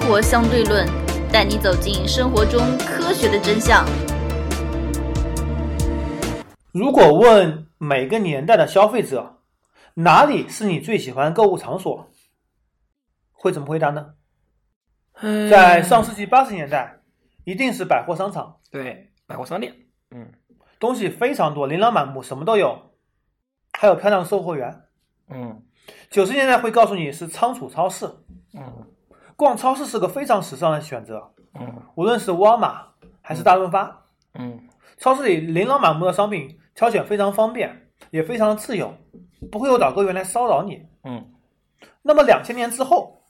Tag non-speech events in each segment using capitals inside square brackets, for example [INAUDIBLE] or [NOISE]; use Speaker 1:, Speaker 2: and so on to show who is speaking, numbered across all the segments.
Speaker 1: 活相对论》，带你走进生活中科学的真相。
Speaker 2: 如果问每个年代的消费者，哪里是你最喜欢购物场所，会怎么回答呢？
Speaker 3: 嗯
Speaker 2: 在上世纪八十年代，一定是百货商场，
Speaker 3: 对百货商店，嗯
Speaker 2: 东西非常多，琳琅满目，什么都有，还有漂亮售货员。
Speaker 3: 嗯
Speaker 2: 九十年代会告诉你是仓储超市，
Speaker 3: 嗯
Speaker 2: 逛超市是个非常时尚的选择，
Speaker 3: 嗯
Speaker 2: 无论是沃尔玛还是大润发，
Speaker 3: 嗯
Speaker 2: 超市里琳琅满目的商品挑选非常方便，也非常自由，不会有导购员来骚扰你。
Speaker 3: 嗯
Speaker 2: 那么两千年之后，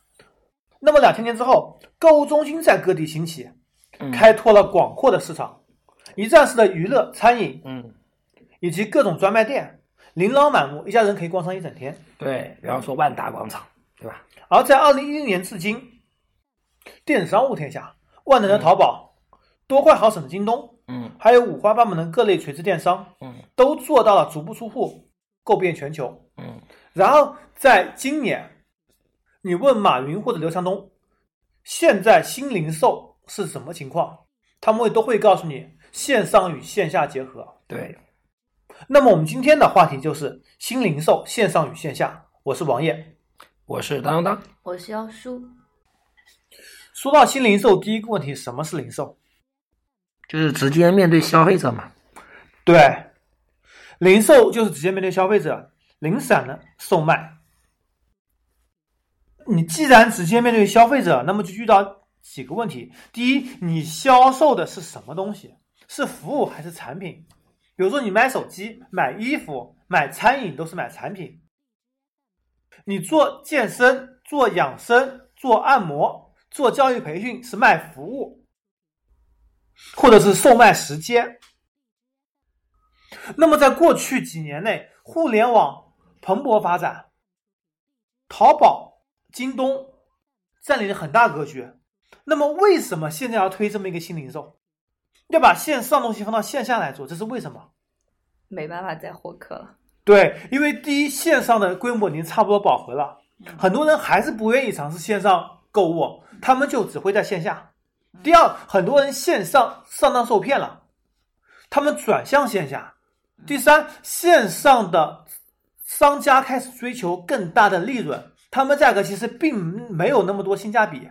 Speaker 2: 那么两千年之后，购物中心在各地兴起，
Speaker 3: 嗯，
Speaker 2: 开拓了广阔的市场，一站式的娱乐、餐饮
Speaker 3: 嗯
Speaker 2: 以及各种专卖店，琳琅满目，一家人可以逛上一整天。
Speaker 3: 对，比方说万达广场，对吧？
Speaker 2: 而在二零一零年至今，电子商务天下，万能的淘宝、多快好省的京东，
Speaker 3: 嗯
Speaker 2: 还有五花八门的各类垂直电商，
Speaker 3: 嗯
Speaker 2: 都做到了足不出户，购遍全球。
Speaker 3: 嗯
Speaker 2: 然后在今年，你问马云或者刘强东，现在新零售是什么情况，他们会都会告诉你线上与线下结合。
Speaker 3: 对，
Speaker 2: 那么我们今天的话题就是新零售线上与线下。我是王烨，
Speaker 3: 我是当当当，
Speaker 1: 我是妖叔，
Speaker 2: 说到新零售，第一个问题，什么是零售？
Speaker 3: 就是直接面对消费者嘛。
Speaker 2: 对，零售就是直接面对消费者，零散的售卖。你既然直接面对消费者，那么就遇到几个问题：第一，你销售的是什么东西？是服务还是产品？比如说，你买手机、买衣服、买餐饮都是买产品。你做健身、做养生、做按摩、做教育培训是卖服务，或者是售卖时间。那么在过去几年内，互联网蓬勃发展，淘宝、京东占领了很大格局。那么为什么现在要推这么一个新零售？要把线上东西放到线下来做，这是为什么？
Speaker 1: 没办法再获客了。
Speaker 2: 对，因为第一线上的规模已经差不多饱和了，很多人还是不愿意尝试线上购物，他们就只会在线下。第二，很多人线上上当受骗了，他们转向线下。第三，线上的商家开始追求更大的利润，他们价格其实并没有那么多性价比，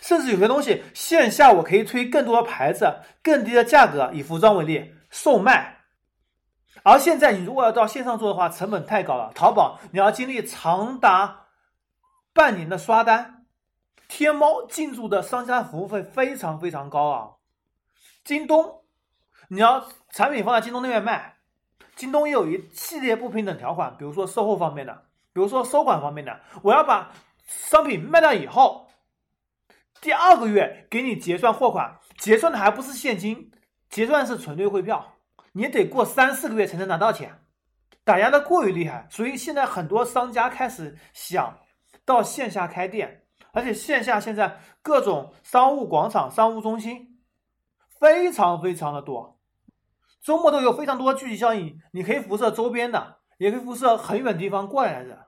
Speaker 2: 甚至有些东西线下我可以推更多的牌子、更低的价格，以服装为例售卖。而现在你如果要到线上做的话，成本太高了。淘宝你要经历长达半年的刷单，天猫进驻的商家服务费非常非常高啊。京东，你要产品放在京东那边卖，京东也有一系列不平等条款，比如说售后方面的，比如说收款方面的，我要把商品卖掉以后，第二个月给你结算货款，结算的还不是现金，结算是存兑汇票。你得过三四个月才能拿到钱，打压的过于厉害，所以现在很多商家开始想到线下开店，而且线下现在各种商务广场、商务中心非常非常的多，周末都有非常多聚集效应，你可以辐射周边的，也可以辐射很远地方过来的人，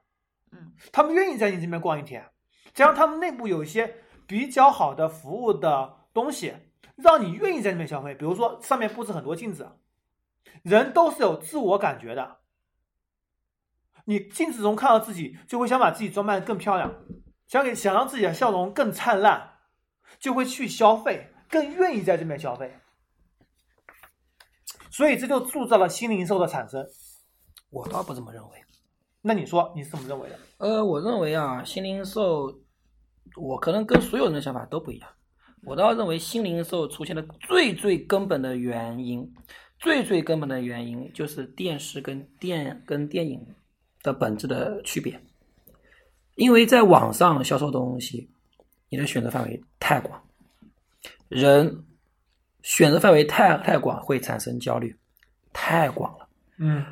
Speaker 1: 嗯，
Speaker 2: 他们愿意在你这边逛一天，加上他们内部有一些比较好的服务的东西，让你愿意在那边消费，比如说上面布置很多镜子。人都是有自我感觉的。你镜子中看到自己，就会想把自己装扮得更漂亮，想给想让自己的笑容更灿烂，就会去消费，更愿意在这边消费。所以这就铸造了新零售的产生。
Speaker 3: 我倒不这么认为。
Speaker 2: 那你说你是怎么认为的？
Speaker 3: 呃，我认为啊，新零售，我可能跟所有人的想法都不一样。我倒认为新零售出现的最最根本的原因，最最根本的原因就是电视跟电跟电影的本质的区别。因为在网上销售东西，你的选择范围太广，人选择范围太太广会产生焦虑，太广了。
Speaker 2: 嗯，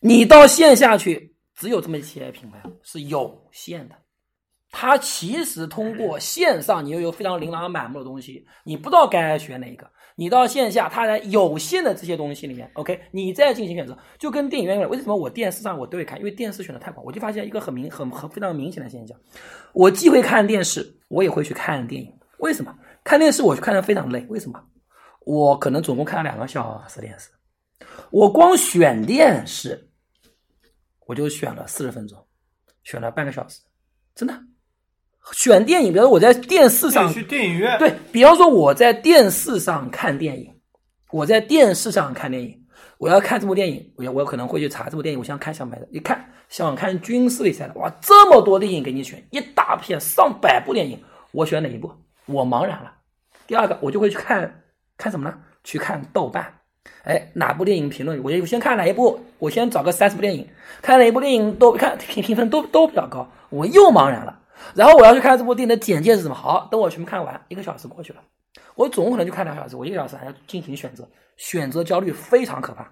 Speaker 3: 你到线下去，只有这么些品牌啊是有限的。它其实通过线上，你又有非常琳琅满目的东西，你不知道该选哪一个。你到线下，它在有限的这些东西里面，OK，你再进行选择，就跟电影院一样。为什么我电视上我都会看？因为电视选的太广，我就发现一个很明、很很非常明显的现象：我既会看电视，我也会去看电影。为什么？看电视我看的非常累，为什么？我可能总共看了两个小时电视，我光选电视，我就选了四十分钟，选了半个小时，真的。选电影，比如说我在电视上
Speaker 2: 想去电影院，，
Speaker 3: 对比方说，我在电视上看电影，我在电视上看电影，我要看这部电影，我我可能会去查这部电影，我想看想买的，一看想看军事类赛的，哇，这么多电影给你选，一大片上百部电影，我选哪一部？我茫然了。第二个，我就会去看看什么呢？去看豆瓣，哎，哪部电影评论？我就先看哪一部，我先找个三十部电影，看哪一部电影都看评评分都都比较高，我又茫然了。然后我要去看这部电影的简介是什么？好，等我全部看完，一个小时过去了，我总可能就看两个小时，我一个小时还要进行选择，选择焦虑非常可怕。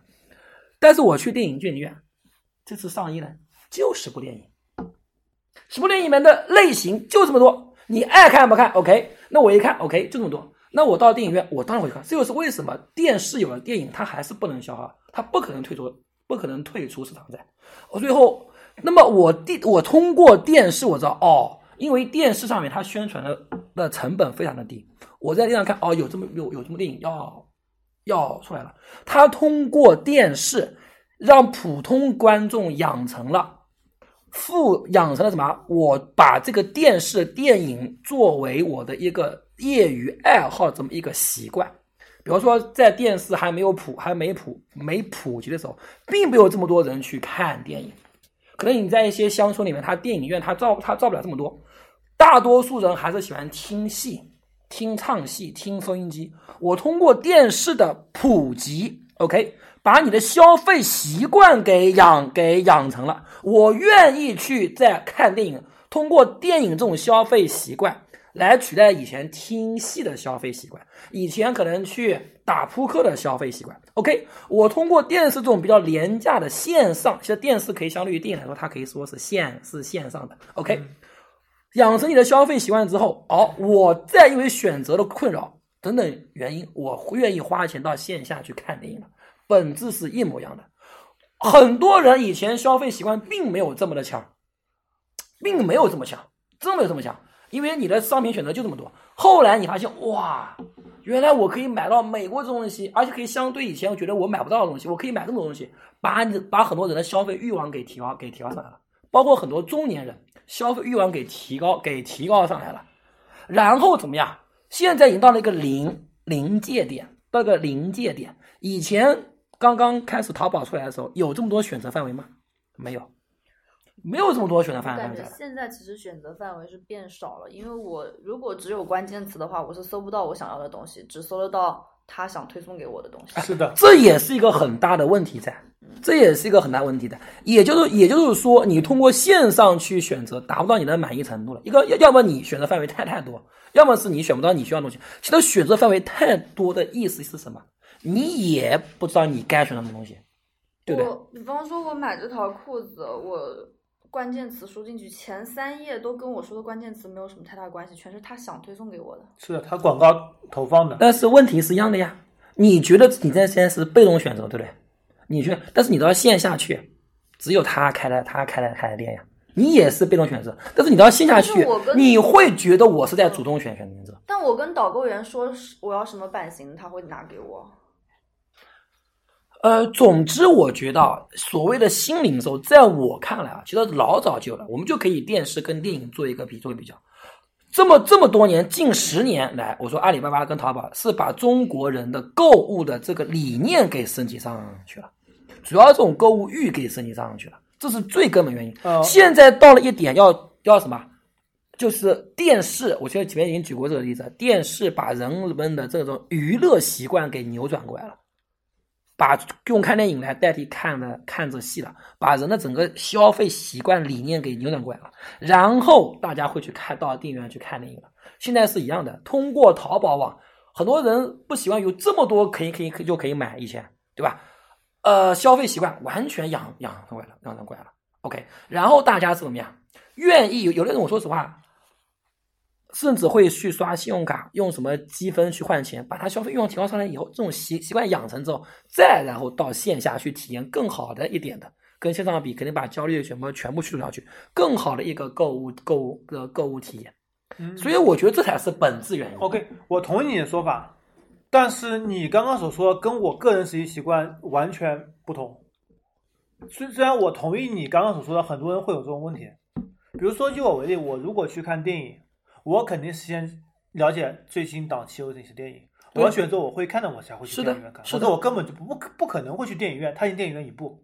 Speaker 3: 但是我去电影电影院，这次上映了就十部电影，十部电影里面的类型就这么多，你爱看不看？OK，那我一看 OK 就这么多。那我到电影院，我当然会看。这就是为什么电视有了电影，它还是不能消化，它不可能退出，不可能退出市场在。我哦最后，那么我电我通过电视我知道哦，因为电视上面它宣传的的成本非常的低，我在电视上看哦，有这么有有这么电影要要出来了，它通过电视让普通观众养成了。富养成了什么？我把这个电视电影作为我的一个业余爱好这么一个习惯。比如说，在电视还没有普还没普没普及的时候，并没有这么多人去看电影。可能你在一些乡村里面，它电影院它造它造不了这么多，大多数人还是喜欢听戏、听唱戏、听收音机。我通过电视的普及，OK，把你的消费习惯给养给养成了。我愿意去在看电影，通过电影这种消费习惯来取代以前听戏的消费习惯，以前可能去打扑克的消费习惯。OK，我通过电视这种比较廉价的线上，其实电视可以相对于电影来说，它可以说是线是线上的。OK，、养成你的消费习惯之后，哦，我再因为选择的困扰等等原因，我愿意花钱到线下去看电影了，本质是一模一样的。很多人以前消费习惯并没有这么的强，并没有这么强，真没有这么强，因为你的商品选择就这么多。后来你发现，哇，原来我可以买到美国这种东西，而且可以相对以前我觉得我买不到的东西，我可以买这么多东西，把你把很多人的消费欲望给提高给提高上来了，包括很多中年人消费欲望给提高给提高上来了。然后怎么样？现在已经到了一个临临界点，到一个临界点。以前刚刚开始淘宝出来的时候，有这么多选择范围吗？没有，啊没有这么多选择范围
Speaker 1: 感觉
Speaker 3: 在了。
Speaker 1: 现在其实选择范围是变少了，因为我如果只有关键词的话，我是搜不到我想要的东西，只搜得到他想推送给我的东
Speaker 3: 啊
Speaker 1: 西。
Speaker 2: 是的，
Speaker 3: 这也是一个很大的问题在，这也是一个很大问题的。也就是也就是说，你通过线上去选择，达不到你的满意程度了。一个要要么你选择范围太太多，要么是你选不到你需要的东西。其实选择范围太多的意思是什么？你也不知道你该选什么东西，对不对？
Speaker 1: 我比方说，我买这条裤子，我关键词输进去，前三页都跟我说的关键词没有什么太大关系，全是他想推送给我的。
Speaker 2: 是的，它广告投放的，
Speaker 3: 但是问题是一样的呀，你觉得你在现在是被动选择，对不对？你去，但是你到线下去，只有他开的，他开的开的店呀，你也是被动选择。但是你到线下去
Speaker 1: 但是我，跟
Speaker 3: 你会觉得我是在主动选选择。
Speaker 1: 但我跟导购员说是我要什么版型，他会拿给我。
Speaker 3: 呃，总之，我觉得啊所谓的新零售，在我看来啊，其实老早就有了，我们就可以电视跟电影做一个比做一个比较。这么这么多年，近十年来，我说阿里巴巴跟淘宝是把中国人的购物的这个理念给升级上去了，主要这种购物欲给升级上去了，这是最根本原因。
Speaker 2: 哦
Speaker 3: 现在到了一点要要什么？就是电视，我觉得前面已经举过这个例子，电视把人们的这种娱乐习惯给扭转过来了。把用看电影来代替看的看着戏了，把人的整个消费习惯理念给扭转过来了，然后大家会去看到电影院去看电影了。现在是一样的，通过淘宝网，很多人不喜欢有这么多可以可以可以就可以买，以前对吧？呃，消费习惯完全养养成过来了，养成过来了。OK，然后大家是怎么样？愿意有有的人，我说实话，甚至会去刷信用卡，用什么积分去换钱，把他消费欲望提高上来以后，这种习习惯养成之后，再然后到线下去体验更好的一点的，跟线上比，肯定把焦虑全部全部去除掉去，更好的一个购物购物的购物体验。
Speaker 2: 嗯
Speaker 3: 所以我觉得这才是本质原因。
Speaker 2: OK，我同意你的说法，但是你刚刚所说跟我个人实际习惯完全不同。虽虽然我同意你刚刚所说的，很多人会有这种问题，比如说就我为例，我如果去看电影，我肯定是先了解最新档期有哪些电影，我
Speaker 3: 对
Speaker 2: 要选择我会看的，我才会去
Speaker 3: 是
Speaker 2: 电
Speaker 3: 的
Speaker 2: 影院看，
Speaker 3: 是
Speaker 2: 否
Speaker 3: 的
Speaker 2: 则我根本就不不可能会去电影院踏进电影院一步。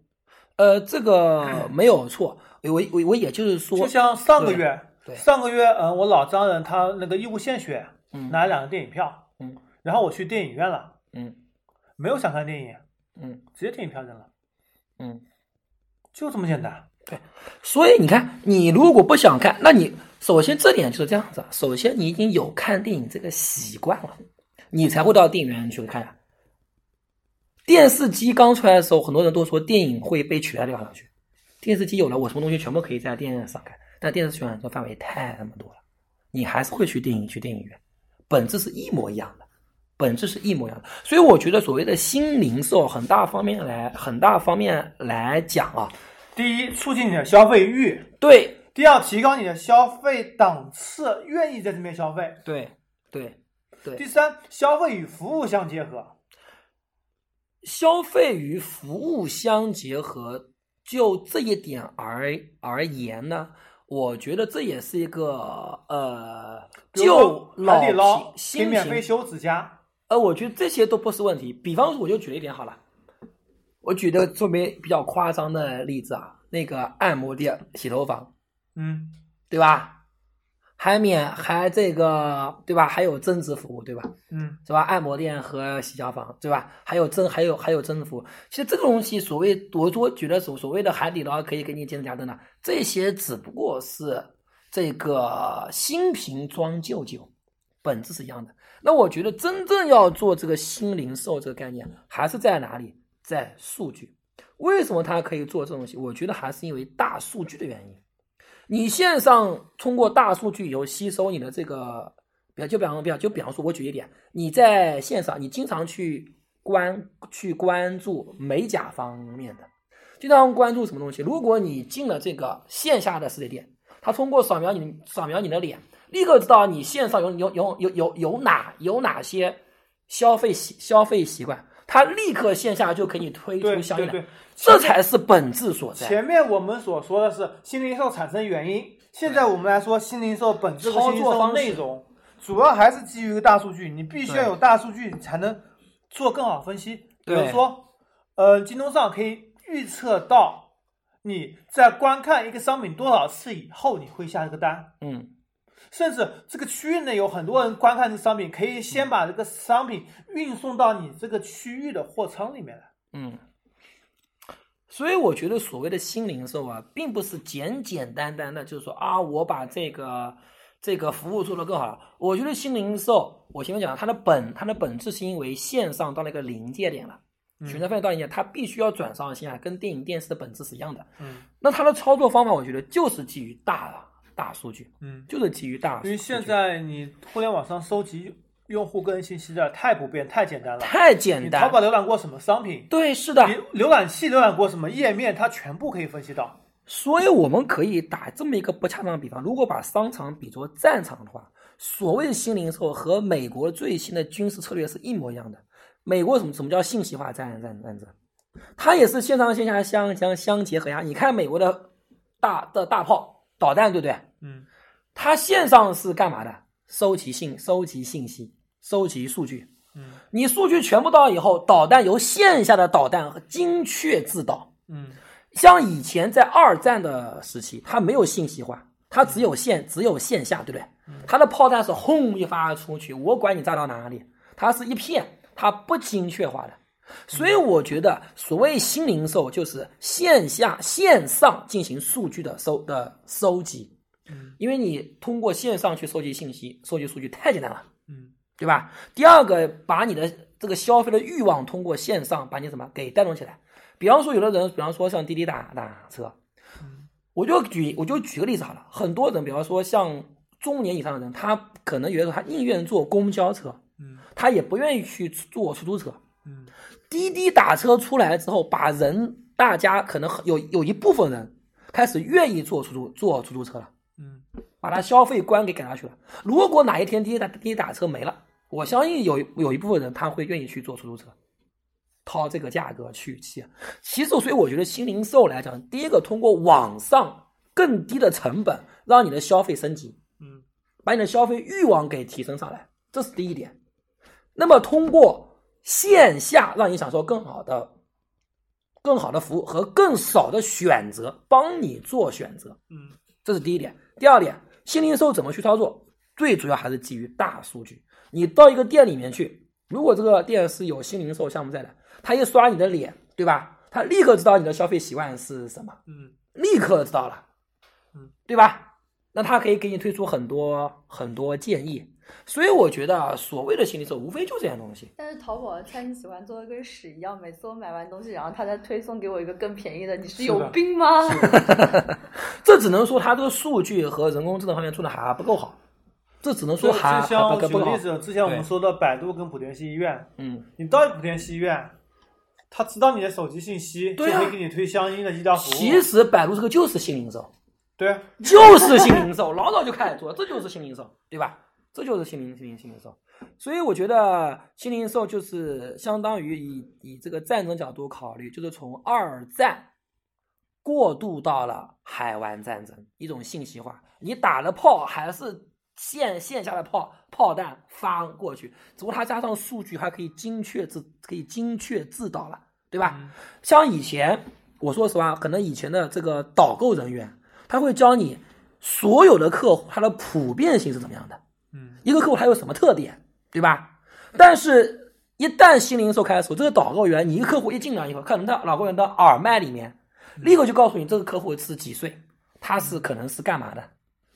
Speaker 3: 呃，这个没有错，我我我也就是说
Speaker 2: 就，像上个
Speaker 3: 对
Speaker 2: 月
Speaker 3: 对，
Speaker 2: 上个月嗯，我老丈人他那个义务献血
Speaker 3: 嗯
Speaker 2: 拿了两个电影票，
Speaker 3: 嗯，
Speaker 2: 然后我去电影院了。
Speaker 3: 嗯
Speaker 2: 没有想看电影，
Speaker 3: 嗯
Speaker 2: 直接电影票扔了，
Speaker 3: 嗯，
Speaker 2: 就这么简单。
Speaker 3: 所以你看，你如果不想看，那你首先这点就是这样子啊，首先你已经有看电影这个习惯了，你才会到电影院去看呀。电视机刚出来的时候，很多人都说电影会被取代掉上去，电视机有了，我什么东西全部可以在电视上看，但电视选择范围太那么多了，你还是会去电影去电影院，本质是一模一样的。本质是一模一样的。所以我觉得所谓的新零售，很大方面来很大方面来讲啊，
Speaker 2: 第一，促进你的消费欲；
Speaker 3: 对
Speaker 2: 第二，提高你的消费档次，愿意在这边消费；
Speaker 3: 对对
Speaker 2: 第
Speaker 3: 对，
Speaker 2: 三，消费与服务相结合。
Speaker 3: 消费与服务相结合，就这一点而而言呢，我觉得这也是一个呃
Speaker 2: 比如说
Speaker 3: 旧老
Speaker 2: 海底捞
Speaker 3: 平
Speaker 2: 给
Speaker 3: 新
Speaker 2: 免费
Speaker 3: 型
Speaker 2: 修指甲，
Speaker 3: 呃，我觉得这些都不是问题。比方说，我就举一点好了，我举的作为比较夸张的例子啊，那个按摩店、洗头房，
Speaker 2: 嗯，
Speaker 3: 对吧？还免还这个对吧？还有增值服务，对吧？
Speaker 2: 嗯，
Speaker 3: 是吧？按摩店和洗脚房，对吧？还有增还有还有增值服务。其实这个东西，所谓我我觉得所所谓的海底捞可以给你兼职加增的，这些只不过是这个新瓶装旧酒，本质是一样的。那我觉得真正要做这个新零售这个概念，还是在哪里？在数据。为什么它可以做这东西？我觉得还是因为大数据的原因。你线上通过大数据以后吸收你的这个，比就比方比方就比方说，我举一点，你在线上你经常去关去关注美甲方面的，经常关注什么东西？如果你进了这个线下的实体店，他通过扫描你扫描你的脸，立刻知道你线上有有有有有有哪有哪些消费习消费习惯，他立刻线下就给你推
Speaker 2: 对
Speaker 3: 出相应
Speaker 2: 对对
Speaker 3: 的，。这才是本质所在。
Speaker 2: 前面我们所说的是新零售产生原因，现在我们来说新零售本质和
Speaker 3: 操
Speaker 2: 新零
Speaker 3: 作
Speaker 2: 售
Speaker 3: 方式
Speaker 2: 内容，主要还是基于一个大数据，你必须要有大数据，你才能做更好分析。比如
Speaker 3: 对
Speaker 2: 说，呃，京东上可以预测到你在观看一个商品多少次以后，你会下这个单。
Speaker 3: 嗯。
Speaker 2: 甚至这个区域内有很多人观看这商品，可以先把这个商品运送到你这个区域的货仓里面来。
Speaker 3: 嗯，所以我觉得所谓的新零售啊，并不是简简单单的，就是说啊，我把这个这个服务做得更好。我觉得新零售，我前面讲了它的本它的本质是因为线上到了一个临界点了，
Speaker 2: 嗯
Speaker 3: 选择范围到临界点，它必须要转上线啊，跟电影电视的本质是一样的。
Speaker 2: 嗯
Speaker 3: 那它的操作方法，我觉得就是基于大大数据，
Speaker 2: 嗯。
Speaker 3: 啊就是基于大数
Speaker 2: 因
Speaker 3: 据。
Speaker 2: 为现在你互联网上收集用户个人信息的太普遍、太简单了。
Speaker 3: 太简
Speaker 2: 你淘
Speaker 3: 单
Speaker 2: 宝，浏览过什么商品？
Speaker 3: 对，是的，
Speaker 2: 你浏览器浏览过什么页面？它全部可以分析到。
Speaker 3: 所以我们可以打这么一个不恰当的比方，如果把商场比作战场的话，所谓的新零售和美国最新的军事策略是一模一样的。美国什么什么叫信息化战战战争？它也是线上线下相相相结合呀。你看美国的大的大炮导弹，对不对？
Speaker 2: 嗯
Speaker 3: 它线上是干嘛的？收集信收集信息，收集数据。
Speaker 2: 嗯
Speaker 3: 你数据全部到以后，导弹由线下的导弹和精确制导。
Speaker 2: 嗯
Speaker 3: 像以前在二战的时期，它没有信息化，它只有线，只有线下，对不对？它的炮弹是轰一发出去，我管你炸到哪里，它是一片，它不精确化的。所以我觉得，所谓新零售就是线下线上进行数据的收的收集
Speaker 2: 嗯，
Speaker 3: 因为你通过线上去收集信息、收集数据太简单了。
Speaker 2: 嗯
Speaker 3: 对吧？第二个，把你的这个消费的欲望通过线上把你怎么给带动起来。比方说，有的人，比方说像滴滴打打车，我就举我就举个例子好了。很多人，比方说像中年以上的人，他可能有的时候他宁愿坐公交车，
Speaker 2: 嗯
Speaker 3: 他也不愿意去坐出租车。
Speaker 2: 嗯
Speaker 3: 滴滴打车出来之后，把人大家可能很有有一部分人开始愿意坐出租坐出租车了，
Speaker 2: 嗯
Speaker 3: 把它消费观给改下去了。如果哪一天滴滴打滴滴打车没了，我相信有有一部分人他会愿意去坐出租车，掏这个价格去骑。啊其实，所以我觉得新零售来讲，第一个通过网上更低的成本，让你的消费升级。
Speaker 2: 嗯
Speaker 3: 把你的消费欲望给提升上来，这是第一点。那么通过线下让你享受更好的、更好的服务和更少的选择，帮你做选择，
Speaker 2: 嗯
Speaker 3: 这是第一点。第二点，新零售怎么去操作？最主要还是基于大数据。你到一个店里面去，如果这个店是有新零售项目在的，他一刷你的脸，对吧？他立刻知道你的消费习惯是什么。
Speaker 2: 嗯
Speaker 3: 立刻知道了，
Speaker 2: 嗯，
Speaker 3: 对吧？那他可以给你推出很多很多建议，所以我觉得啊所谓的心理手无非就这样东西。
Speaker 1: 但是淘宝餐喜欢做的跟屎一样，每次我买完东西，然后他再推送给我一个更便宜的，你是
Speaker 2: 是的
Speaker 1: 有病吗？
Speaker 3: 这只能说他这个数据和人工智能方面做的还不够好，这只能说
Speaker 2: 就
Speaker 3: 还
Speaker 2: 就
Speaker 3: 还
Speaker 2: 像
Speaker 3: 不
Speaker 2: 举
Speaker 3: 够
Speaker 2: 个
Speaker 3: 好
Speaker 2: 例。子，之前我们
Speaker 3: 对
Speaker 2: 说的百度跟莆田系医院，
Speaker 3: 嗯，
Speaker 2: 你到莆田系医院，他知道你的手机信息，就
Speaker 3: 对啊
Speaker 2: 会给你推相应的医疗服务。
Speaker 3: 其实百度这个就是新零售，
Speaker 2: 对啊，
Speaker 3: 就是新零售，老早就开始做，这就是新零售，对吧？这就是新零新零新零售。所以我觉得新零售就是相当于以以这个战争角度考虑，就是从二战过渡到了海湾战争，一种信息化。你打了炮还是线线下的炮炮弹发过去，只不过它加上数据，还可以精确制可以精确制导了，对吧？
Speaker 2: 嗯
Speaker 3: 像以前我说实话，可能以前的这个导购人员他会教你所有的客户他的普遍性是怎么样的，
Speaker 2: 嗯，
Speaker 3: 一个客户他有什么特点，对吧？但是，一旦新零售开始，这个导购员，你一个客户一进来以后，可能他导购员的耳麦里面，立刻就告诉你这个客户是几岁，他是可能是干嘛的，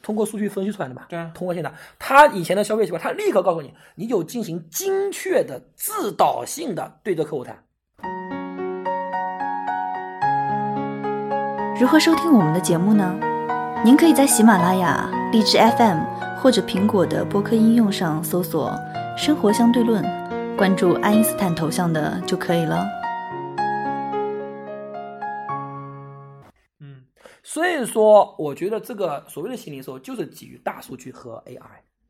Speaker 3: 通过数据分析出来的嘛。
Speaker 2: 对啊
Speaker 3: 通过现在他以前的消费习惯，他立刻告诉你，你有进行精确的自导性的对这客户谈。
Speaker 4: 如何收听我们的节目呢？您可以在喜马拉雅、荔枝 FM 或者苹果的播客应用上搜索“生活相对论”，关注爱因斯坦头像的就可以了。
Speaker 2: 嗯
Speaker 3: 所以说，我觉得这个所谓的新零售就是基于大数据和 AI。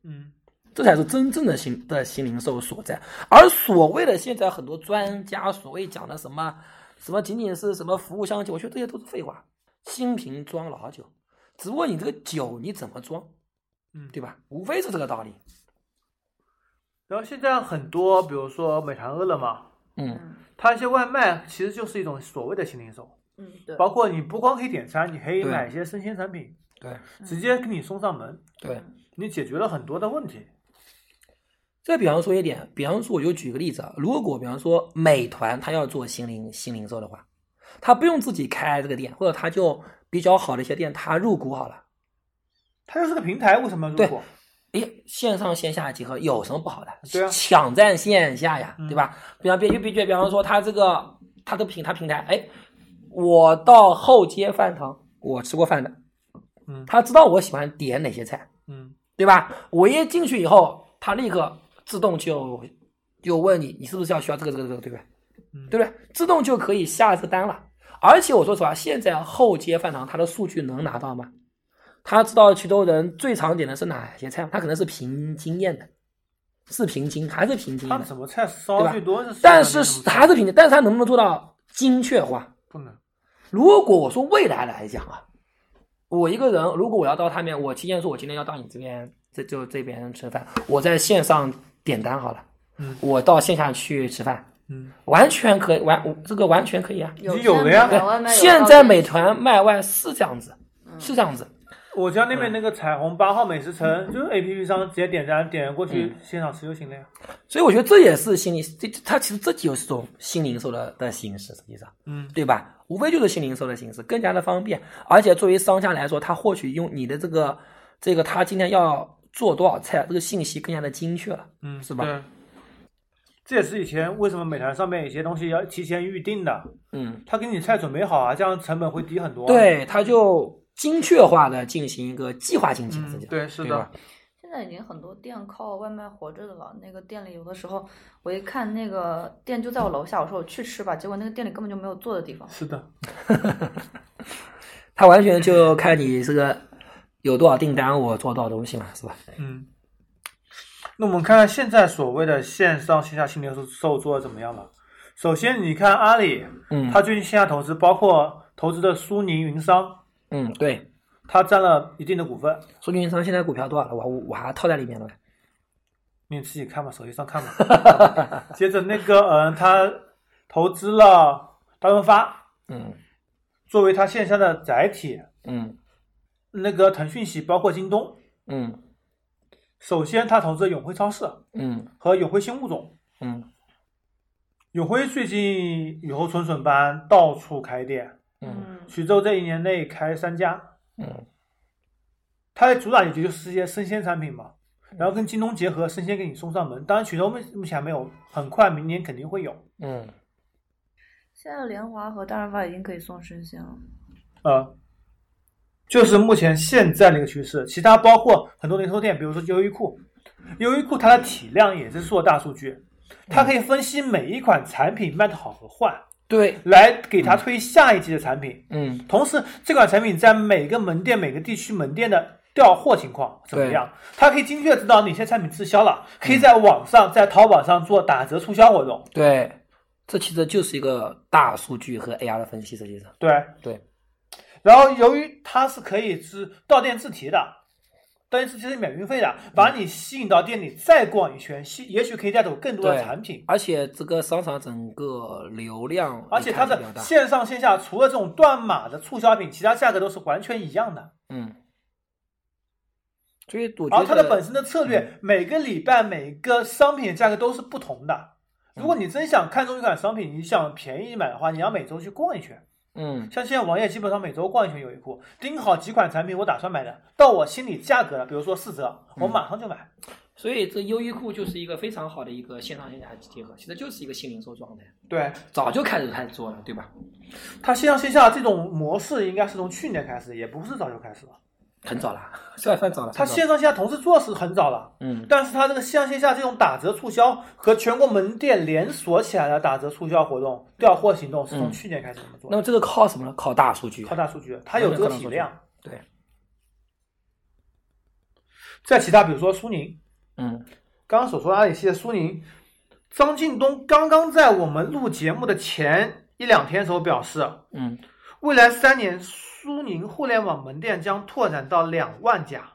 Speaker 2: 嗯
Speaker 3: 这才是真正的新的新零售所在。而所谓的现在很多专家所谓讲的什么什么仅仅是什么服务相酒，我觉得这些都是废话。新瓶装老酒，只不过你这个酒你怎么装，
Speaker 2: 嗯，
Speaker 3: 对吧？无非是这个道理。
Speaker 2: 然后现在很多，比如说美团、饿了么，
Speaker 3: 嗯，
Speaker 2: 它一些外卖其实就是一种所谓的新零售，
Speaker 1: 嗯，对。
Speaker 2: 包括你不光可以点餐，你可以
Speaker 3: 对
Speaker 2: 买一些生鲜产品，
Speaker 3: 对
Speaker 2: 直接给你送上门，
Speaker 3: 对。
Speaker 2: 你解决了很多的问题。
Speaker 3: 再比方说一点，比方说我就举个例子啊，如果比方说美团它要做新零新零售的话，它不用自己开这个店，或者它就比较好的一些店，它入股好了。
Speaker 2: 它就是个平台，为什么要入
Speaker 3: 对
Speaker 2: 股？
Speaker 3: 诶，线上线下结合有什么不好的？
Speaker 2: 对啊
Speaker 3: 抢占线下呀，
Speaker 2: 嗯
Speaker 3: 对吧？比方，比比比，比方说他这个他的平他平台，哎，我到后街饭堂，我吃过饭的，
Speaker 2: 嗯
Speaker 3: 他知道我喜欢点哪些菜，
Speaker 2: 嗯
Speaker 3: 对吧？我一进去以后，他立刻自动就就问你，你是不是要需要这个这个这个，对不对？
Speaker 2: 嗯
Speaker 3: 对不对？自动就可以下这单了。而且我说实话，现在后街饭堂它的数据能拿到吗？他知道衢州人最常点的是哪些菜吗？他可能是凭经验的，是凭经还是凭经
Speaker 2: 他们
Speaker 3: 验的？
Speaker 2: 什么菜烧
Speaker 3: 对吧
Speaker 2: 最多是？
Speaker 3: 但是还
Speaker 2: 还
Speaker 3: 是凭经，但是他能不能做到精确化？
Speaker 2: 不能。
Speaker 3: 如果我说未来来讲啊，我一个人如果我要到他面，我提前说我今天要到你这边，这就这边吃饭，我在线上点单好了，
Speaker 2: 嗯
Speaker 3: 我到线下去吃饭，
Speaker 2: 嗯，
Speaker 3: 完全可以，完这个完全可以啊。
Speaker 1: 有
Speaker 2: 有了
Speaker 1: 现
Speaker 2: 呀
Speaker 1: 在买外卖有
Speaker 3: 现
Speaker 1: 到
Speaker 3: 在
Speaker 1: 店
Speaker 3: 美团卖外是这样子，
Speaker 1: 嗯
Speaker 3: 是这样子，
Speaker 2: 我家那边
Speaker 3: 嗯
Speaker 2: 那个彩虹八号美食城，就是 A P P 上直接点单，点过
Speaker 3: 嗯
Speaker 2: 去现场吃就行了呀。
Speaker 3: 所以我觉得这也是新零，这它其实这就是一种新零售的的形式，实际上，
Speaker 2: 嗯
Speaker 3: 对吧？无非就是新零售的形式，更加的方便，而且作为商家来说，他获取用你的这个这个他今天要做多少菜，这个信息更加的精确了。
Speaker 2: 嗯，
Speaker 3: 是吧
Speaker 2: 对？这也是以前为什么美团上面有些东西要提前预定的，
Speaker 3: 嗯，
Speaker 2: 他给你菜准备好啊，这样成本会低很多。，
Speaker 3: 对，他就精确化的进行一个计划经济的增
Speaker 2: 嗯
Speaker 3: 加。
Speaker 2: 对，是
Speaker 3: 对
Speaker 2: 的
Speaker 3: 吧，
Speaker 1: 现在已经很多店靠外卖活着的了。那个店里有的时候，我一看那个店就在我楼下，我说我去吃吧，结果那个店里根本就没有坐的地方。
Speaker 2: 是的，
Speaker 3: 它完全就看你这个有多少订单，我做多少东西嘛，是吧？
Speaker 2: 嗯。那我们看看现在所谓的线上线下新零售做的怎么样了。首先，你看阿里，
Speaker 3: 嗯，
Speaker 2: 它最近线下投资包括投资的苏宁云商，
Speaker 3: 嗯对，
Speaker 2: 它占了一定的股份。
Speaker 3: 苏宁云商现在股票多少了？我我我还套在里面了。
Speaker 2: 你自己看吧，手机上看吧。接着那个，嗯，它投资了大润发，
Speaker 3: 嗯
Speaker 2: 作为它线下的载体。
Speaker 3: 嗯
Speaker 2: 那个腾讯系包括京东，
Speaker 3: 嗯
Speaker 2: 首先它投资了永辉超市
Speaker 3: 嗯
Speaker 2: 和永辉新物种。
Speaker 3: 嗯
Speaker 2: 永辉最近雨后春笋般到处开店，
Speaker 3: 嗯
Speaker 2: 徐州这一年内开三家。
Speaker 3: 嗯
Speaker 2: 它的主打也就是一些生鲜产品嘛，然后跟京东结合，生鲜给你送上门。当然，徐州目目前还没有，很快明年肯定会有。
Speaker 3: 嗯，
Speaker 1: 现在联华和大润发已经可以送生鲜了。
Speaker 2: 呃，就是目前现在的一个趋势。其他包括很多零售店，比如说优衣库，优衣库它的体量也是做大数据，它可以分析每一款产品卖的好和坏，
Speaker 3: 对，
Speaker 2: 来给它推下一季的产品。
Speaker 3: 嗯
Speaker 2: 同时，这款产品在每个门店、每个地区门店的调货情况怎么样？它可以精确知道哪些产品滞销了，
Speaker 3: 嗯
Speaker 2: 可以在网上、在淘宝上做打折促销活动。
Speaker 3: 对，这其实就是一个大数据和 AR 的分析，实际上
Speaker 2: 对，
Speaker 3: 对，
Speaker 2: 然后由于它是可以是到店自提的，到店自提是免运费的，把你吸引到店里再逛一圈，吸也许可以带走更多的
Speaker 3: 嗯对
Speaker 2: 产品。
Speaker 3: 而且这个商场整个流量
Speaker 2: 而且它
Speaker 3: 也看得
Speaker 2: 的
Speaker 3: 比较大，
Speaker 2: 线上线下除了这种断码的促销品，其他价格都是完全一样的。
Speaker 3: 嗯，所以我觉
Speaker 2: 然后啊
Speaker 3: 得嗯
Speaker 2: 它的本身的策略，每个礼拜每个商品的价格都是不同的。
Speaker 3: 嗯
Speaker 2: 如果你真想看中一款商品，你想便宜买的话，你要每周去逛一圈。
Speaker 3: 嗯
Speaker 2: 像现在王爷基本上每周逛一圈优衣库，盯好几款产品，我打算买的，到我心里价格了，比如说四折，
Speaker 3: 嗯
Speaker 2: 我马上就买。
Speaker 3: 所以这优衣库就是一个非常好的一个线上线下结合，其实就是一个新零售状态，
Speaker 2: 对，
Speaker 3: 早就开始开始做了，对吧？
Speaker 2: 它线上线下这种模式应该是从去年开始，也不是早就开始了。
Speaker 3: 很早了，算算早了。
Speaker 2: 它
Speaker 3: 算早
Speaker 2: 线
Speaker 3: 了
Speaker 2: 上线下同时做是很早了，
Speaker 3: 嗯
Speaker 2: 但是它这个线上线下这种打折促销和全国门店连锁起来的打折促销活动、调货行动是从
Speaker 3: 嗯
Speaker 2: 去年开始这么做
Speaker 3: 那
Speaker 2: 的。
Speaker 3: 么这个靠什么呢？靠大数据。
Speaker 2: 靠大数据，它有这个体量。
Speaker 3: 对，
Speaker 2: 在其他，比如说苏宁，
Speaker 3: 嗯
Speaker 2: 刚刚所说的阿里系的苏宁，张近东刚刚在我们录节目的前一两天的时候表示，
Speaker 3: 嗯
Speaker 2: 未来三年，苏宁互联网门店将拓展到两万家，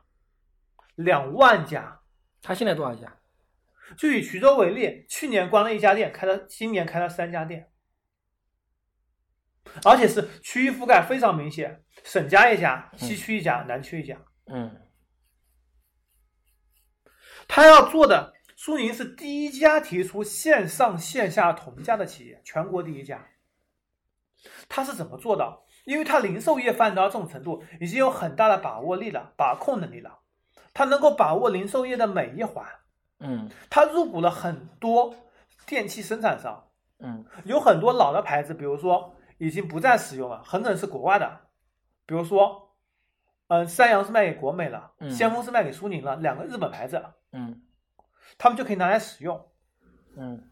Speaker 2: 两万家。
Speaker 3: 它现在多少啊家？
Speaker 2: 就以衢州为例，去年关了一家店，开了今年开了三家店，而且是区域覆盖非常明显，省家一家，西区一家，南区一家。
Speaker 3: 嗯
Speaker 2: 他要做的，苏宁是第一家提出线上线下同价的企业，全国第一家。他是怎么做到？因为他零售业发展到这种程度，已经有很大的把握力了，把控能力了。他能够把握零售业的每一环，
Speaker 3: 嗯
Speaker 2: 他入股了很多电器生产商，
Speaker 3: 嗯
Speaker 2: 有很多老的牌子，比如说已经不再使用了，很可能是国外的，比如说，嗯、三洋是卖给国美了，
Speaker 3: 嗯
Speaker 2: 先锋是卖给苏宁了，两个日本牌子，
Speaker 3: 嗯
Speaker 2: 他们就可以拿来使用。
Speaker 3: 嗯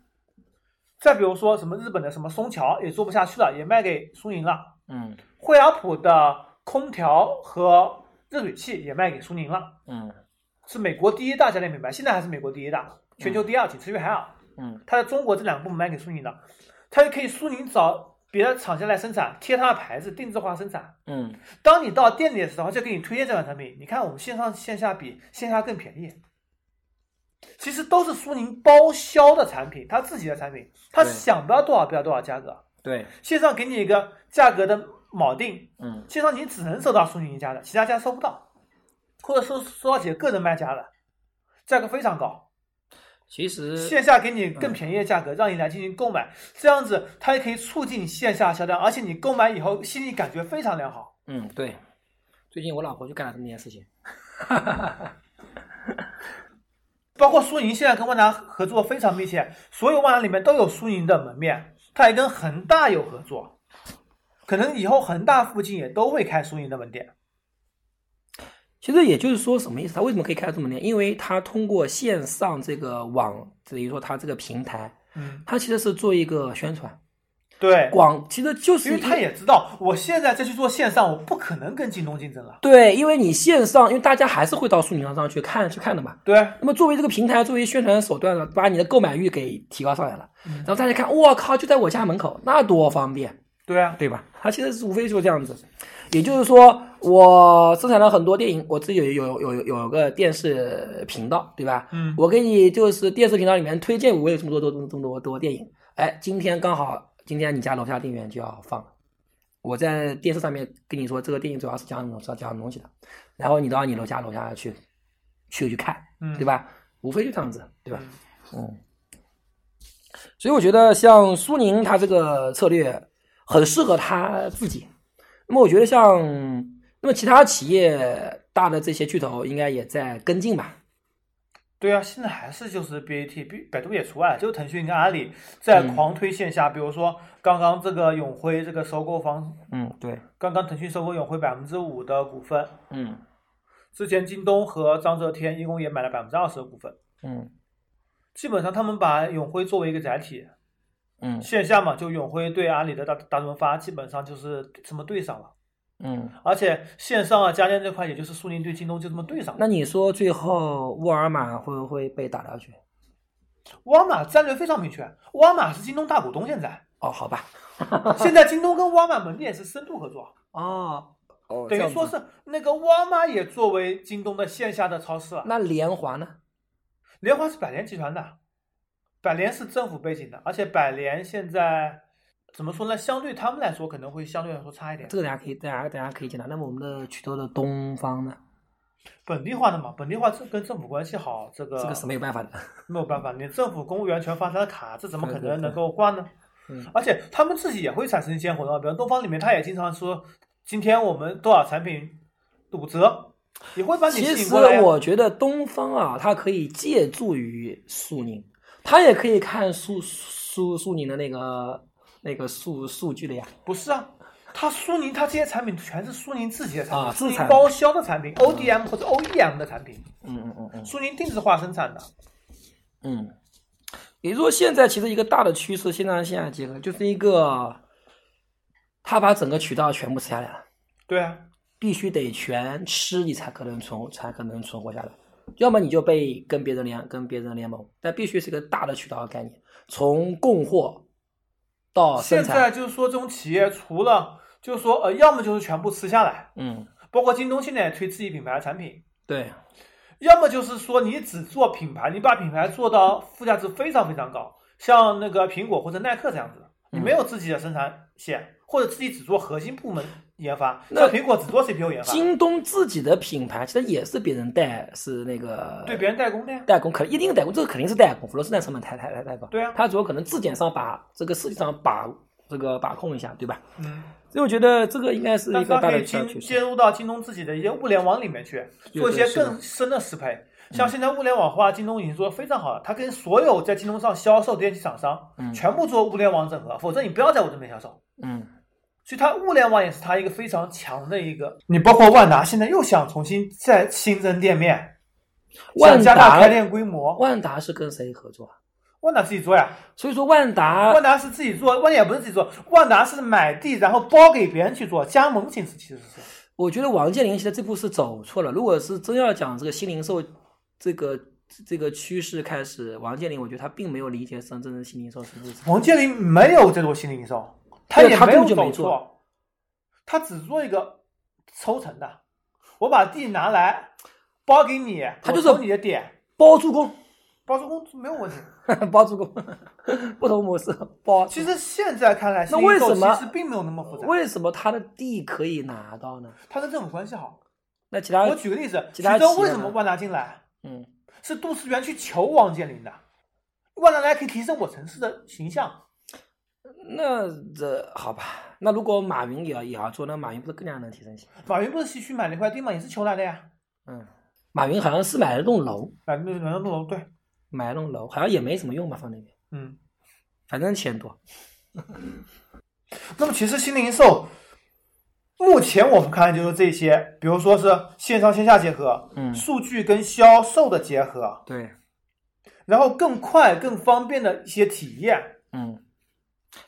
Speaker 2: 再比如说什么日本的什么松桥也做不下去了，也卖给苏宁了。
Speaker 3: 嗯
Speaker 2: 惠而浦的空调和热水器也卖给苏宁了，
Speaker 3: 嗯
Speaker 2: 是美国第一大家电品牌，现在还是美国第一大，全球第二，仅次于海尔。
Speaker 3: 嗯
Speaker 2: 它在中国这两个部门卖给苏宁的，它就可以苏宁找别的厂家来生产，贴它的牌子，定制化生产。
Speaker 3: 嗯，
Speaker 2: 当你到店里的时候，就给你推荐这款产品。你看我们线上线下比，线下更便宜。其实都是苏宁包销的产品，它自己的产品，它
Speaker 3: 对
Speaker 2: 想标多少标多少价格。
Speaker 3: 对，
Speaker 2: 线上给你一个价格的锚定，
Speaker 3: 嗯
Speaker 2: 线上你只能收到苏宁一家的，其他家收不到，或者收收到几个个人卖家的，价格非常高。
Speaker 3: 其实
Speaker 2: 线下给你更便宜的价格，让你来进行购买，这样子它也可以促进线下销量，而且你购买以后心里感觉非常良好。
Speaker 3: 嗯对，最近我老婆就干了这么件事情。
Speaker 2: 包括苏宁现在跟万达合作非常密切，所有万达里面都有苏宁的门面，它也跟恒大有合作，可能以后恒大附近也都会开苏宁的门店。
Speaker 3: 其实也就是说什么意思？它为什么可以开这么厉害？因为它通过线上这个网，等于说它这个平台，
Speaker 2: 嗯，
Speaker 3: 它其实是做一个宣传
Speaker 2: 对，
Speaker 3: 广，其实就是
Speaker 2: 因为
Speaker 3: 一
Speaker 2: 他也知道，我现在再去做线上，我不可能跟京东竞争了。
Speaker 3: 对，因为你线上，因为大家还是会到数据上上去看去看的嘛。
Speaker 2: 对，啊
Speaker 3: 那么作为这个平台，作为宣传手段呢，把你的购买欲给提高上来了，然后大家看，我靠，就在我家门口，那多方便，
Speaker 2: 对啊，
Speaker 3: 对吧？它其实是无非就是这样子，也就是说，我生产了很多电影，我自己有有有有有个电视频道，对吧？
Speaker 2: 嗯
Speaker 3: 我给你就是电视频道里面推荐我有这么多多这么多这么多电影，哎，今天刚好今天你家楼下电影院就要放了。我在电视上面跟你说这个电影主要是讲什么讲什么东西的，然后你到你楼下楼下去去去看，
Speaker 2: 嗯，
Speaker 3: 对
Speaker 2: 吧？
Speaker 3: 吧？无非就这样子，对吧？嗯。所以我觉得像苏宁他这个策略很适合他自己。那么我觉得像那么其他企业大的这些巨头应该也在跟进吧？
Speaker 2: 对啊，现在还是就是 BAT、B 百度也除外了，就腾讯跟阿里在
Speaker 3: 嗯
Speaker 2: 狂推线下，比如说刚刚这个永辉这个收购方，
Speaker 3: 嗯，对，
Speaker 2: 刚刚腾讯收购永辉百分之五的股份，
Speaker 3: 嗯
Speaker 2: 之前京东和章泽天一共也买了百分之二十的股份，
Speaker 3: 嗯
Speaker 2: 基本上他们把永辉作为一个载体，
Speaker 3: 嗯
Speaker 2: 线下嘛，就永辉对阿里的大大润发基本上就是这么对上了，
Speaker 3: 嗯。
Speaker 2: 而且线上啊家电这块，也就是苏宁对京东就这么对上了。
Speaker 3: 那你说最后沃尔玛会不会被打掉去？
Speaker 2: 沃尔玛战略非常明确，沃尔玛是京东大股东，现
Speaker 3: [LAUGHS]
Speaker 2: 在
Speaker 3: 哦，好吧，
Speaker 2: 现在京东跟沃尔玛门店是深度合作，啊
Speaker 3: 哦哦
Speaker 2: 等于说是那个沃尔玛也作为京东的线下的超市了。
Speaker 3: 那联华呢？
Speaker 2: 联华是百联集团的，百联是政府背景的，而且百联现在怎么说呢？相对他们来说，可能会相对来说差一点
Speaker 3: 这。个大家可以，大家大家可以讲到。那么我们的巨头的东方呢？
Speaker 2: 本地化的嘛，本地化跟政府关系好，这个
Speaker 3: 这个是没有办法的。
Speaker 2: 没有办法，你政府公务员全发他的卡，这怎么可
Speaker 3: 对对
Speaker 2: 能
Speaker 3: 对
Speaker 2: 能够挂呢
Speaker 3: 嗯？
Speaker 2: 而且他们自己也会产生一些活动，啊比如东方里面他也经常说，今天我们多少产品五折，也会把你
Speaker 3: 其
Speaker 2: 吸引
Speaker 3: 实
Speaker 2: 过来呀。啊
Speaker 3: 我觉得东方啊，它可以借助于苏宁，它也可以看苏苏苏宁的那个那个数数据的呀。
Speaker 2: 不是啊，他苏宁他这些产品全是苏宁自己的产品，
Speaker 3: 啊
Speaker 2: 苏
Speaker 3: 自
Speaker 2: 宁
Speaker 3: 产
Speaker 2: 包销的产品，ODM 或者 OEM 的产品，
Speaker 3: 嗯嗯嗯嗯
Speaker 2: 苏宁定制化生产的。
Speaker 3: 嗯。也就是说，现在其实一个大的趋势，线上线下结合，就是一个，它把整个渠道全部吃下来了，
Speaker 2: 对啊，
Speaker 3: 必须得全吃，你才可能存才可能存活下来。要么你就被跟别人联跟别人联盟，但必须是一个大的渠道的概念，从供货到哦生
Speaker 2: 现
Speaker 3: 产。
Speaker 2: 在就是说这种企业除了就是说呃，要么就是全部吃下来，
Speaker 3: 嗯，
Speaker 2: 包括京东现在也推自己品牌的产品，
Speaker 3: 对，
Speaker 2: 要么就是说你只做品牌，你把品牌做到附加值非常非常高，像那个苹果或者耐克这样子的，你没有
Speaker 3: 嗯
Speaker 2: 自己的生产线，或者自己只做核心部门研发，
Speaker 3: 那
Speaker 2: 像苹果只做 CPU 研发，
Speaker 3: 京东自己的品牌其实也是别人代，是那个
Speaker 2: 对别人代工的呀。
Speaker 3: 代工，可一定代工，这个肯定是代工，否则生产成本太太太太高。
Speaker 2: 对啊
Speaker 3: 它主要可能质检上把这个市场上把这个把控一下，对吧？
Speaker 2: 嗯，
Speaker 3: 所以我觉得这个应该是
Speaker 2: 但
Speaker 3: 一
Speaker 2: 是
Speaker 3: 个
Speaker 2: 它
Speaker 3: 大
Speaker 2: 可
Speaker 3: 的
Speaker 2: 以
Speaker 3: 趋
Speaker 2: 进
Speaker 3: 趋
Speaker 2: 接
Speaker 3: 势。
Speaker 2: 入到京东自己的一些物联网里面去，
Speaker 3: 对
Speaker 2: 做一些
Speaker 3: 是的嗯
Speaker 2: 更深的适配。像现在物联网化，京东已经做得非常好了，它跟所有在京东上销售的电器厂商
Speaker 3: 嗯
Speaker 2: 全部做物联网整合，否则你不要在我这边销售。
Speaker 3: 嗯，
Speaker 2: 所以它物联网也是它一个非常强的一个。你包括万达现在又想重新再新增店面，
Speaker 3: 万
Speaker 2: 想加大开
Speaker 3: 达
Speaker 2: 店规模。
Speaker 3: 万达是跟谁合作啊？
Speaker 2: 万达自己做呀，
Speaker 3: 所以说万达
Speaker 2: 万达是自己做，万达也不是自己做，万达是买地然后包给别人去做，加盟形式其实是。
Speaker 3: 我觉得王健林其实这步是走错了。如果是真要讲这个新零售这个这个趋势开始，王健林我觉得他并没有理解深圳的新零售是不是。
Speaker 2: 王健林没有这种新零售，他
Speaker 3: 对
Speaker 2: 也
Speaker 3: 他
Speaker 2: 没
Speaker 3: 根
Speaker 2: 有
Speaker 3: 本就
Speaker 2: 走
Speaker 3: 没做
Speaker 2: 错，他只做一个抽成的，我把地拿来包给你，
Speaker 3: 他
Speaker 2: 我
Speaker 3: 就是
Speaker 2: 抽你的点，
Speaker 3: 包租公，
Speaker 2: 包租公没有问题。
Speaker 3: [LAUGHS] 包租公，不同模式包。
Speaker 2: 其实现在看来，新
Speaker 3: 那
Speaker 2: 零售
Speaker 3: 为什么
Speaker 2: 其实并没有那么复杂？
Speaker 3: 为什么他的地可以拿到呢？
Speaker 2: 他跟政府关系好。
Speaker 3: 那其他
Speaker 2: 我举个例子，
Speaker 3: 其
Speaker 2: 徐
Speaker 3: 他
Speaker 2: 州
Speaker 3: 企业
Speaker 2: 为什么
Speaker 3: 呢
Speaker 2: 万达进来？
Speaker 3: 嗯
Speaker 2: 是杜思源去求王健林的，万达来可以提升我城市的形象。
Speaker 3: 那这好吧，那如果马云也要也要做，那马云不是更加能提升性？
Speaker 2: 马云不是西区买了一块地吗？也是求来的呀，
Speaker 3: 嗯，马云好像是买了栋楼，
Speaker 2: 买买买栋楼，对，
Speaker 3: 买了栋楼，好像也没什么用吧，放那边，
Speaker 2: 嗯。
Speaker 3: 反正钱多。
Speaker 2: 那么其实新零售目目前我们看的就是这些，比如说是线上线下结合，
Speaker 3: 嗯
Speaker 2: 数据跟销售的结合，
Speaker 3: 对，
Speaker 2: 然后更快、更方便的一些体验，
Speaker 3: 嗯，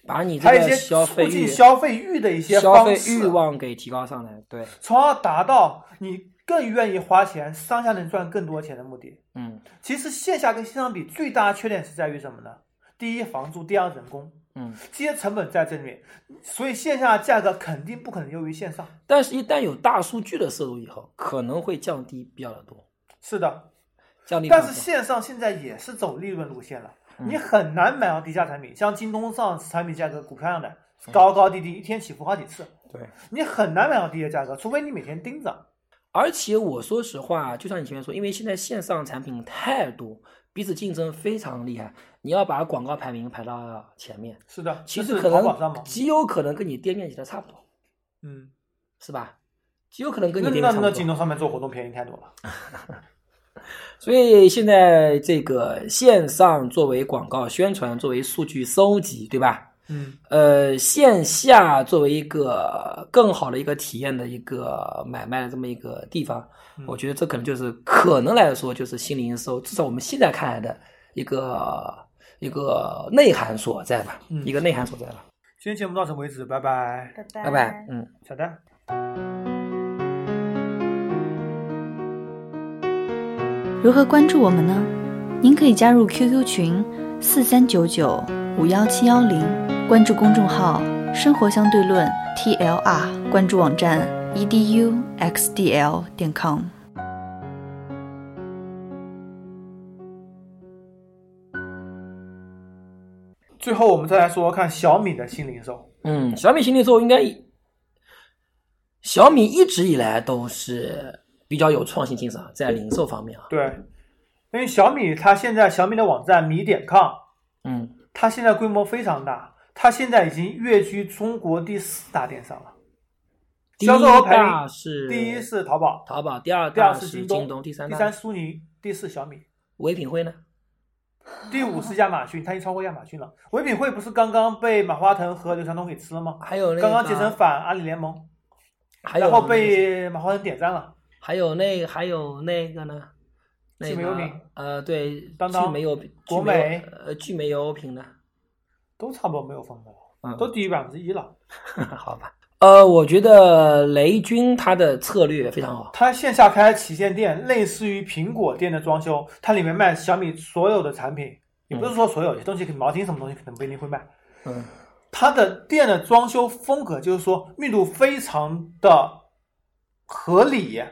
Speaker 3: 把你这
Speaker 2: 还有一
Speaker 3: 个
Speaker 2: 些
Speaker 3: 消
Speaker 2: 促
Speaker 3: 费欲
Speaker 2: 进、消费欲的一些
Speaker 3: 消
Speaker 2: 方
Speaker 3: 费
Speaker 2: 式
Speaker 3: 欲，望给提高上来。对，
Speaker 2: 从而达到你更愿意花钱，商家能赚更多钱的目的。
Speaker 3: 嗯
Speaker 2: 其实线下跟线上比，最大的缺点是在于什么呢？第一，房租；第二，人工，
Speaker 3: 嗯。
Speaker 2: 这些成本在这里面，所以线下的价格肯定不可能优于线上。
Speaker 3: 但是，一旦有大数据的摄入以后，可能会降低比较的多，
Speaker 2: 是的，
Speaker 3: 降低比较
Speaker 2: 但
Speaker 3: 多。
Speaker 2: 是线上现在也是走利润路线了，
Speaker 3: 嗯
Speaker 2: 你很难买到低价产品，像京东上产品价格股票一样的高高低低，一天起伏好几次，
Speaker 3: 嗯对，
Speaker 2: 你很难买到低的价格，除非你每天盯着。
Speaker 3: 而且我说实话，就像你前面说，因为现在线上产品太多，彼此竞争非常厉害，你要把广告排名排到前面，
Speaker 2: 是的，
Speaker 3: 其
Speaker 2: 这
Speaker 3: 实
Speaker 2: 是
Speaker 3: 可
Speaker 2: 淘宝上嘛
Speaker 3: 能，极有可能跟你店面级的差不多，
Speaker 2: 嗯，
Speaker 3: 是吧？极有可能跟你
Speaker 2: 那
Speaker 3: 店
Speaker 2: 那
Speaker 3: 面差
Speaker 2: 那
Speaker 3: 不
Speaker 2: 京
Speaker 3: 多。
Speaker 2: 东上面做活动便宜太多了。
Speaker 3: 所以现在这个线上作为广告宣传，作为数据收集，对吧？
Speaker 2: 嗯，
Speaker 3: 呃，线下作为一个更好的一个体验的一个买卖的这么一个地方，
Speaker 2: 嗯
Speaker 3: 我觉得这可能就是可能来说就是新零售，至少我们现在看来的一个一个内涵所在吧，
Speaker 2: 嗯
Speaker 3: 一个内涵所在吧。
Speaker 2: 今天节目到此为止，拜拜，
Speaker 1: 拜拜
Speaker 3: 拜拜，嗯。
Speaker 2: 小丹。
Speaker 4: 如何关注我们呢？您可以加入 QQ 群四三九九五幺七幺零，关注公众号“生活相对论 ”TLR，关注网站 E eduxdl 点 com。
Speaker 2: 最后我们再来说说看小米的新零售，
Speaker 3: 嗯，小米新零售应该以，小米一直以来都是比较有创新精神啊，在零售方面啊，
Speaker 2: 对，因为小米它现在小米的网站米点 com，
Speaker 3: 嗯，
Speaker 2: 它现在规模非常大，它现在已经跃居中国第四大电商了。
Speaker 3: 第
Speaker 2: 销
Speaker 3: 一
Speaker 2: 售额排名
Speaker 3: 大是
Speaker 2: 第一是淘宝，
Speaker 3: 淘宝，第二
Speaker 2: 第二
Speaker 3: 大
Speaker 2: 是
Speaker 3: 是
Speaker 2: 京
Speaker 3: 京
Speaker 2: 东，
Speaker 3: 第三
Speaker 2: 第
Speaker 3: 大
Speaker 2: 三
Speaker 3: 是
Speaker 2: 苏宁，第四小米，
Speaker 3: 唯品会呢？
Speaker 2: 第五是亚马逊，它已经超过亚马逊了。唯品会不是刚刚被马化腾和刘强东给吃了吗？
Speaker 3: 还有那
Speaker 2: 刚刚
Speaker 3: 个
Speaker 2: 结成反阿里联盟，
Speaker 3: 还有
Speaker 2: 然后
Speaker 3: 那个
Speaker 2: 被马化腾点赞了。
Speaker 3: 还有那还有那个呢，那
Speaker 2: 聚美优品
Speaker 3: 个呃，对，
Speaker 2: 当当
Speaker 3: 聚美优品，
Speaker 2: 国
Speaker 3: 聚美优
Speaker 2: 美
Speaker 3: 呃，聚美优品呢， [LAUGHS]
Speaker 2: 都差不多没有风格了，
Speaker 3: 嗯，
Speaker 2: 都低于百分之一了。
Speaker 3: 好吧。呃，我觉得雷军他的策略非常好，
Speaker 2: 它线下开旗舰店，类似于苹果店的装修，它里面卖小米所有的产品，也不是说所有，有些东西可能毛巾什么东西可能不一定会卖。
Speaker 3: 嗯
Speaker 2: 它的店的装修风格就是说密度非常的合理，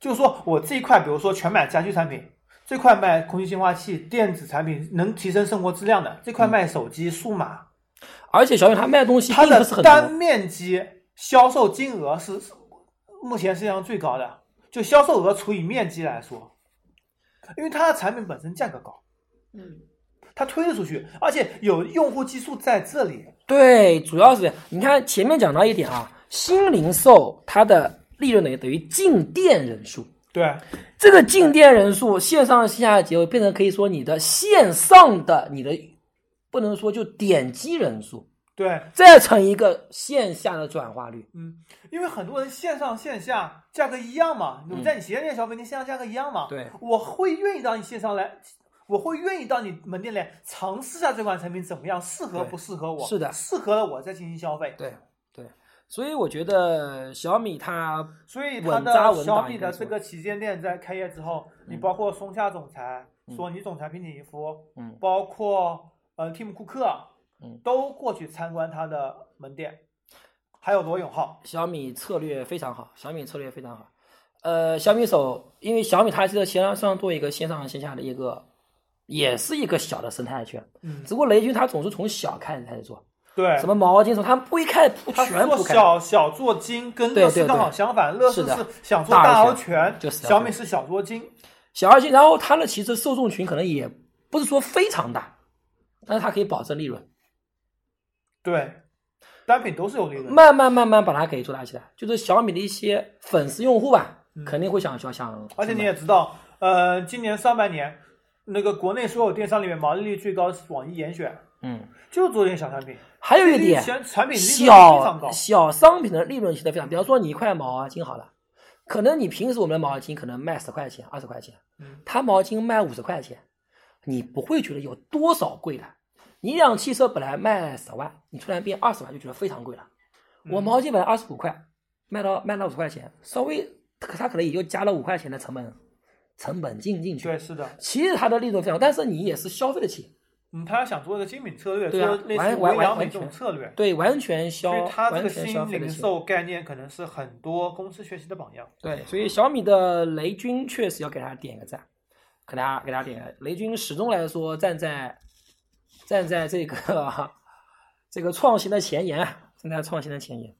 Speaker 2: 就是说我这一块，比如说全买家居产品，这块卖空气净化器、电子产品，能提升生活质量的，这块卖手机、数码，
Speaker 3: 而且小米他卖的东西
Speaker 2: 它
Speaker 3: 并
Speaker 2: 的
Speaker 3: 不是很
Speaker 2: 单
Speaker 3: 多，
Speaker 2: 面积销售金额是目前世界上最高的，就销售额除以面积来说，因为它的产品本身价格高，
Speaker 1: 嗯，
Speaker 2: 它推出去，而且有用户基数在这里，
Speaker 3: 对，主要是你看前面讲到一点啊，新零售它的利润等于等于进店人数，
Speaker 2: 对。
Speaker 3: 这个进店人数，线上线下结合，变成可以说你的线上的你的不能说就点击人数，
Speaker 2: 对，
Speaker 3: 再乘一个线下的转化率。
Speaker 2: 嗯，因为很多人线上线下价格一样嘛，你在你旗舰店消费，跟线上价格一样嘛。
Speaker 3: 嗯对
Speaker 2: 我会愿意到你线上来，我会愿意到你门店来尝试一下这款产品怎么样，适合
Speaker 3: 对
Speaker 2: 不适合我？
Speaker 3: 是的
Speaker 2: 适合了我再进行消费。
Speaker 3: 对对，所以我觉得小米它
Speaker 2: 所以它
Speaker 3: 稳扎
Speaker 2: 的
Speaker 3: 稳
Speaker 2: 小
Speaker 3: 打
Speaker 2: 米
Speaker 3: 应该
Speaker 2: 的
Speaker 3: 说
Speaker 2: 这个旗舰店在开业之后，你包括松下总裁、索尼总裁平井一夫，
Speaker 3: 嗯
Speaker 2: 包括呃蒂姆库克，
Speaker 3: 嗯
Speaker 2: 都过去参观他的门店，还有罗永浩。
Speaker 3: 小米策略非常好，小米策略非常好。呃，小米手，因为小米它是在线上做一个线上线下的一个，也是一个小的生态圈。
Speaker 2: 嗯，
Speaker 3: 只不过雷军他总是从小开始开始做，
Speaker 2: 对，
Speaker 3: 什么毛巾什么，他不一开始铺
Speaker 2: 他
Speaker 3: 全
Speaker 2: 做
Speaker 3: 铺开，
Speaker 2: 小小做精，跟
Speaker 3: 对
Speaker 2: 乐视
Speaker 3: 对
Speaker 2: 刚
Speaker 3: 对
Speaker 2: 好相反，乐视
Speaker 3: 是的
Speaker 2: 是想做
Speaker 3: 大而
Speaker 2: 而
Speaker 3: 全
Speaker 2: 全，
Speaker 3: 就是
Speaker 2: 小
Speaker 3: 小
Speaker 2: 米
Speaker 3: 米
Speaker 2: 是小做精。
Speaker 3: 小而精。然后它的其实受众群可能也不是说非常大，但是它可以保证利润，
Speaker 2: 对，单品都是有利润的。
Speaker 3: 慢慢慢慢把它给做大起来。就是小米的一些粉丝用户吧，肯定会想想想，
Speaker 2: 而且你也知道，呃，今年上半年那个国内所有电商里面毛利率最高是网易严选，
Speaker 3: 嗯，
Speaker 2: 就是做点小产品。
Speaker 3: 还有一点，
Speaker 2: 前产品利润非常
Speaker 3: 小
Speaker 2: 高，
Speaker 3: 小商品的利润其实非常，比方说你一块毛巾好了，可能你平时我们的毛巾可能卖十块钱、二十块钱，
Speaker 2: 嗯
Speaker 3: 他毛巾卖五十块钱，你不会觉得有多少贵的。你一辆汽车本来卖十万，你突然变二十万，就觉得非常贵了。
Speaker 2: 嗯
Speaker 3: 我毛巾本来二十五块，卖到卖到五十块钱，稍微他可能也就加了五块钱的成本，成本进进去
Speaker 2: 对，。是的，
Speaker 3: 其实它的利润非常，但是你也是消费得起，
Speaker 2: 嗯，他想做一个精品策略，
Speaker 3: 对啊
Speaker 2: 做类似
Speaker 3: 完
Speaker 2: 于
Speaker 3: 完
Speaker 2: 微良
Speaker 3: 完
Speaker 2: 品这种
Speaker 3: 全
Speaker 2: 策略。
Speaker 3: 对，完全消，
Speaker 2: 所以他这
Speaker 3: 完
Speaker 2: 个
Speaker 3: 全消
Speaker 2: 新
Speaker 3: 费得
Speaker 2: 零
Speaker 3: 起。
Speaker 2: 售概念可能是很多公司学习的榜样。
Speaker 3: 对，所以小米的雷军确实要给他点个赞，给他给他点个雷军始终来说站在 [LAUGHS] 站在这个这个创新的前沿，啊，站在创新的前沿。